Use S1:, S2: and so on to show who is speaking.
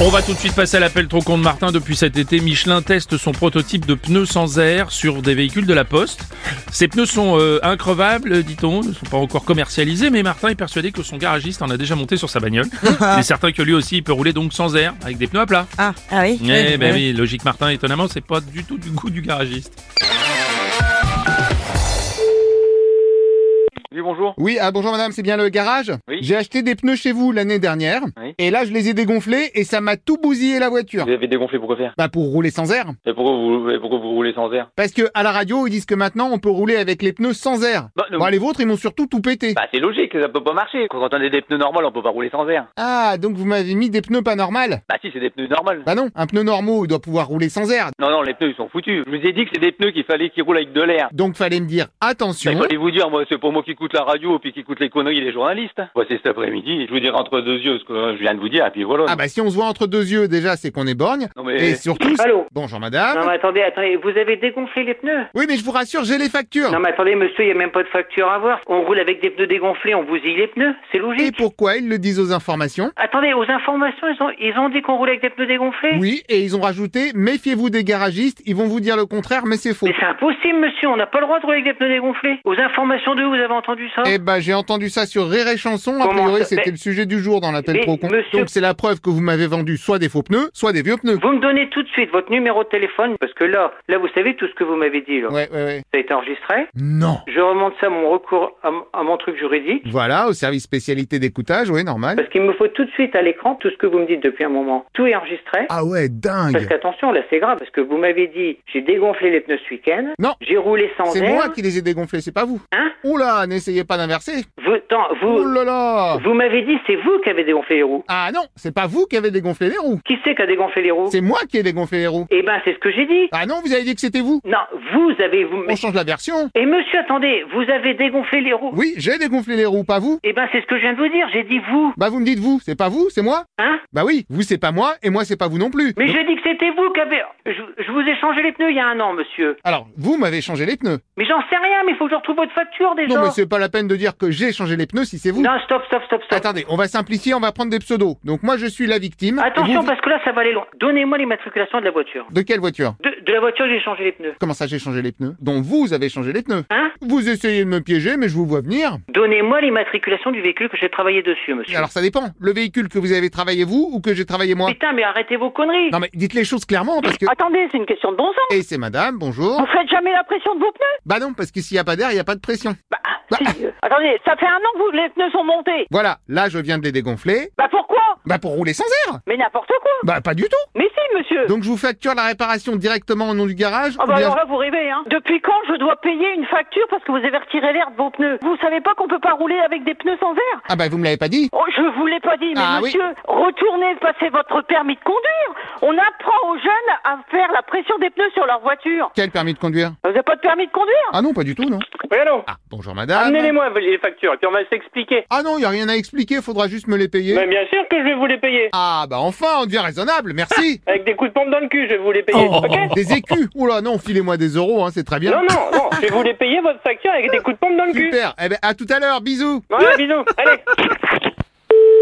S1: On va tout de suite passer à l'appel trop con de Martin. Depuis cet été, Michelin teste son prototype de pneus sans air sur des véhicules de la Poste. Ces pneus sont euh, increvables, euh, dit-on, ne sont pas encore commercialisés, mais Martin est persuadé que son garagiste en a déjà monté sur sa bagnole. Il est certain que lui aussi, il peut rouler donc sans air, avec des pneus à plat.
S2: Ah, oui.
S1: Eh ben oui, logique Martin, étonnamment, c'est pas du tout du goût du garagiste.
S3: Oui, bonjour.
S4: Oui, ah bonjour madame, c'est bien le garage
S3: Oui.
S4: J'ai acheté des pneus chez vous l'année dernière
S3: Oui.
S4: et là je les ai dégonflés et ça m'a tout bousillé la voiture.
S3: Vous avez dégonflé pourquoi faire
S4: Bah pour rouler sans air
S3: Et pourquoi vous, et pourquoi vous roulez sans air
S4: parce que à la radio ils disent que maintenant on peut rouler avec les pneus sans air.
S3: Bah, non.
S4: Bon, les vôtres ils m'ont surtout tout pété.
S3: Bah, c'est logique, ça peut pas marcher. Quand on a des pneus normaux, on peut pas rouler sans air.
S4: Ah, donc vous m'avez mis des pneus pas normales
S3: Bah, si, c'est des pneus normaux.
S4: Bah non, un pneu normaux il doit pouvoir rouler sans air.
S3: Non, non, les pneus, ils sont foutus. Je vous ai dit que c'est des pneus qu'il fallait qu'ils roulent avec de l'air.
S4: Donc fallait me dire
S3: Bah,
S4: attention.
S3: fallait vous dire, moi, c'est pour moi qui coûte la radio, puis qui coûte les conneries des journalistes. Bah, c'est cet après-midi, je vous dirai entre deux yeux ce que euh, je viens de vous dire, et puis voilà.
S4: Ah bah si on se voit entre deux yeux déjà c'est qu'on est borgne.
S3: Non,
S4: Et
S3: mais.
S4: surtout.
S5: Allô
S4: Bonjour
S5: Non
S4: madame.
S5: mais attendez, attendez, vous avez dégonflé les pneus
S4: Oui mais je vous rassure, j'ai les factures.
S5: Non mais attendez monsieur, il n'y a même pas de facture à voir. On roule avec des pneus dégonflés, on bousille les pneus, c'est
S4: Et
S5: logique.
S4: pourquoi ils le disent aux informations
S5: Attendez, aux informations, ils ont, ils ont dit qu'on roulait avec des pneus dégonflés
S4: Oui, et ils ont rajouté méfiez-vous des garagistes, ils vont vous dire le contraire, mais c'est faux.
S5: Mais c'est impossible monsieur, on n'a pas le droit de rouler avec des pneus dégonflés. Aux informations de vous avez entendu ça
S4: Eh ben, j'ai entendu ça sur Rire et Chanson. A
S5: Comment
S4: priori,
S5: ça
S4: c'était
S5: Mais-
S4: le sujet du jour dans l'appel
S5: Mais,
S4: trop con.
S5: monsieur-
S4: Donc, c'est la preuve que vous m'avez vendu soit des faux pneus, soit des vieux pneus.
S5: Vous me donnez tout de suite votre numéro de téléphone, parce que là, là vous savez tout ce que vous m'avez dit là.
S4: Ouais, ouais, ouais.
S5: Ça a été enregistré.
S4: Non.
S5: Je remonte ça à mon recours, à, m- à mon truc juridique.
S4: Voilà, au service spécialité d'écoutage, oui, normal.
S5: Parce qu'il me faut tout de suite à l'écran tout ce que vous me dites depuis un moment. Tout est enregistré.
S4: Ah ouais,
S5: Parce
S4: dingue.
S5: qu'attention, là c'est grave, parce que vous m'avez dit, j'ai dégonflé les pneus ce week-end,
S4: Non.
S5: j'ai roulé sans
S4: C'est
S5: air.
S4: moi qui les ai dégonflés, c'est pas vous.
S5: Hein
S4: Oula, n'essayez pas d'inverser.
S5: Vous, attends,
S4: Oh
S5: vous,
S4: là là.
S5: vous m'avez dit, c'est vous qui avez dégonflé les roues.
S4: Ah non, c'est pas vous qui avez dégonflé les roues.
S5: Qui c'est qui a dégonflé les roues
S4: C'est moi qui ai dégonflé les roues.
S5: Eh ben, c'est ce que j'ai dit.
S4: Ah Oh. non, vous avez dit que c'était vous.
S5: Non, vous avez vous.
S4: On change la version.
S5: Et monsieur, attendez, vous avez dégonflé les roues.
S4: Oui, j'ai dégonflé les roues, pas vous.
S5: Eh ben, c'est ce que je viens de vous dire. J'ai dit vous,
S4: Bah vous me dites vous, c'est pas vous, c'est moi
S5: hein
S4: Bah oui, vous c'est pas moi et moi c'est pas vous non plus.
S5: Mais
S4: Donc-
S5: j'ai dit que c'était vous qui avez. Je, je vous ai changé les pneus il y a un an, monsieur.
S4: Alors, vous m'avez changé les pneus.
S5: Mais j'en sais rien. Mais il faut que je retrouve votre facture déjà.
S4: Non mais c'est pas la peine de dire que j'ai changé les pneus si c'est vous.
S5: Non, stop, stop, stop, stop.
S4: Attendez, on va simplifier, on va prendre des pseudos. Donc moi je suis la victime. Et
S5: Attention,
S4: vous-
S5: parce que là, ça va aller loin. Donnez-moi l'immatriculation de la voiture.
S4: De quelle voiture
S5: De, de la voiture, j'ai changé les pneus.
S4: Comment ça j'ai changé les pneus Donc vous avez changé les pneus.
S5: Hein
S4: Vous essayez de me piéger mais je vous vois venir.
S5: Donnez-moi l'immatriculation du véhicule que j'ai travaillé dessus,
S4: Et
S5: monsieur.
S4: alors ça dépend, le véhicule que vous avez travaillé vous ou que j'ai travaillé moi
S5: Putain, mais arrêtez vos conneries
S4: Non mais dites les choses clairement parce que...
S6: Attendez, c'est une question de bon sens.
S4: Et c'est madame, bonjour.
S6: Vous faites jamais la pression de vos pneus.
S4: Bah non, parce que s'il n'y a pas d'air, il n'y a pas de pression.
S6: Bah, si, euh, attendez, ça fait un an que vous- les pneus sont montés.
S4: Voilà, là je viens de les dégonfler.
S6: Bah pourquoi
S4: Bah pour rouler sans air
S6: Mais n'importe quoi.
S4: Bah pas du tout
S6: Mais si, monsieur.
S4: Donc je vous facture la réparation directement au nom du garage
S6: Ah
S4: ou
S6: bah
S4: bien-
S6: alors là, vous rêvez, hein. Depuis quand je dois payer une facture parce que vous avez retiré l'air de vos pneus Vous savez pas qu'on peut pas rouler avec des pneus sans air
S4: Ah bah vous me l'avez pas dit
S6: Oh, je vous l'ai pas dit, mais
S4: Ah, oui.
S6: monsieur, retournez passer votre permis de conduire. On apprend aux jeunes à faire la pression des pneus sur leur voiture.
S4: Quel permis de conduire
S6: Vous n'avez pas de permis de conduire
S4: Ah non, pas du tout, non
S5: Oui, allô
S4: Ah, bonjour madame.
S5: Amenez-les-moi les factures, et puis on va s'expliquer.
S4: Ah non, il a rien à expliquer, faudra juste me les payer.
S5: Mais bien sûr que je vais vous les payer.
S4: Ah bah enfin, on devient raisonnable, merci
S5: Avec des coups de pompe dans le cul, je vais vous les payer.
S4: Oh,
S5: Ok
S4: Des écus Oula non, filez-moi des euros, hein, c'est très bien.
S5: Non, non, non, je vais vous les payer votre facture avec des coups de pompe dans le cul.
S4: Super, eh ben à tout à l'heure, bisous
S5: Voilà, bisous. Allez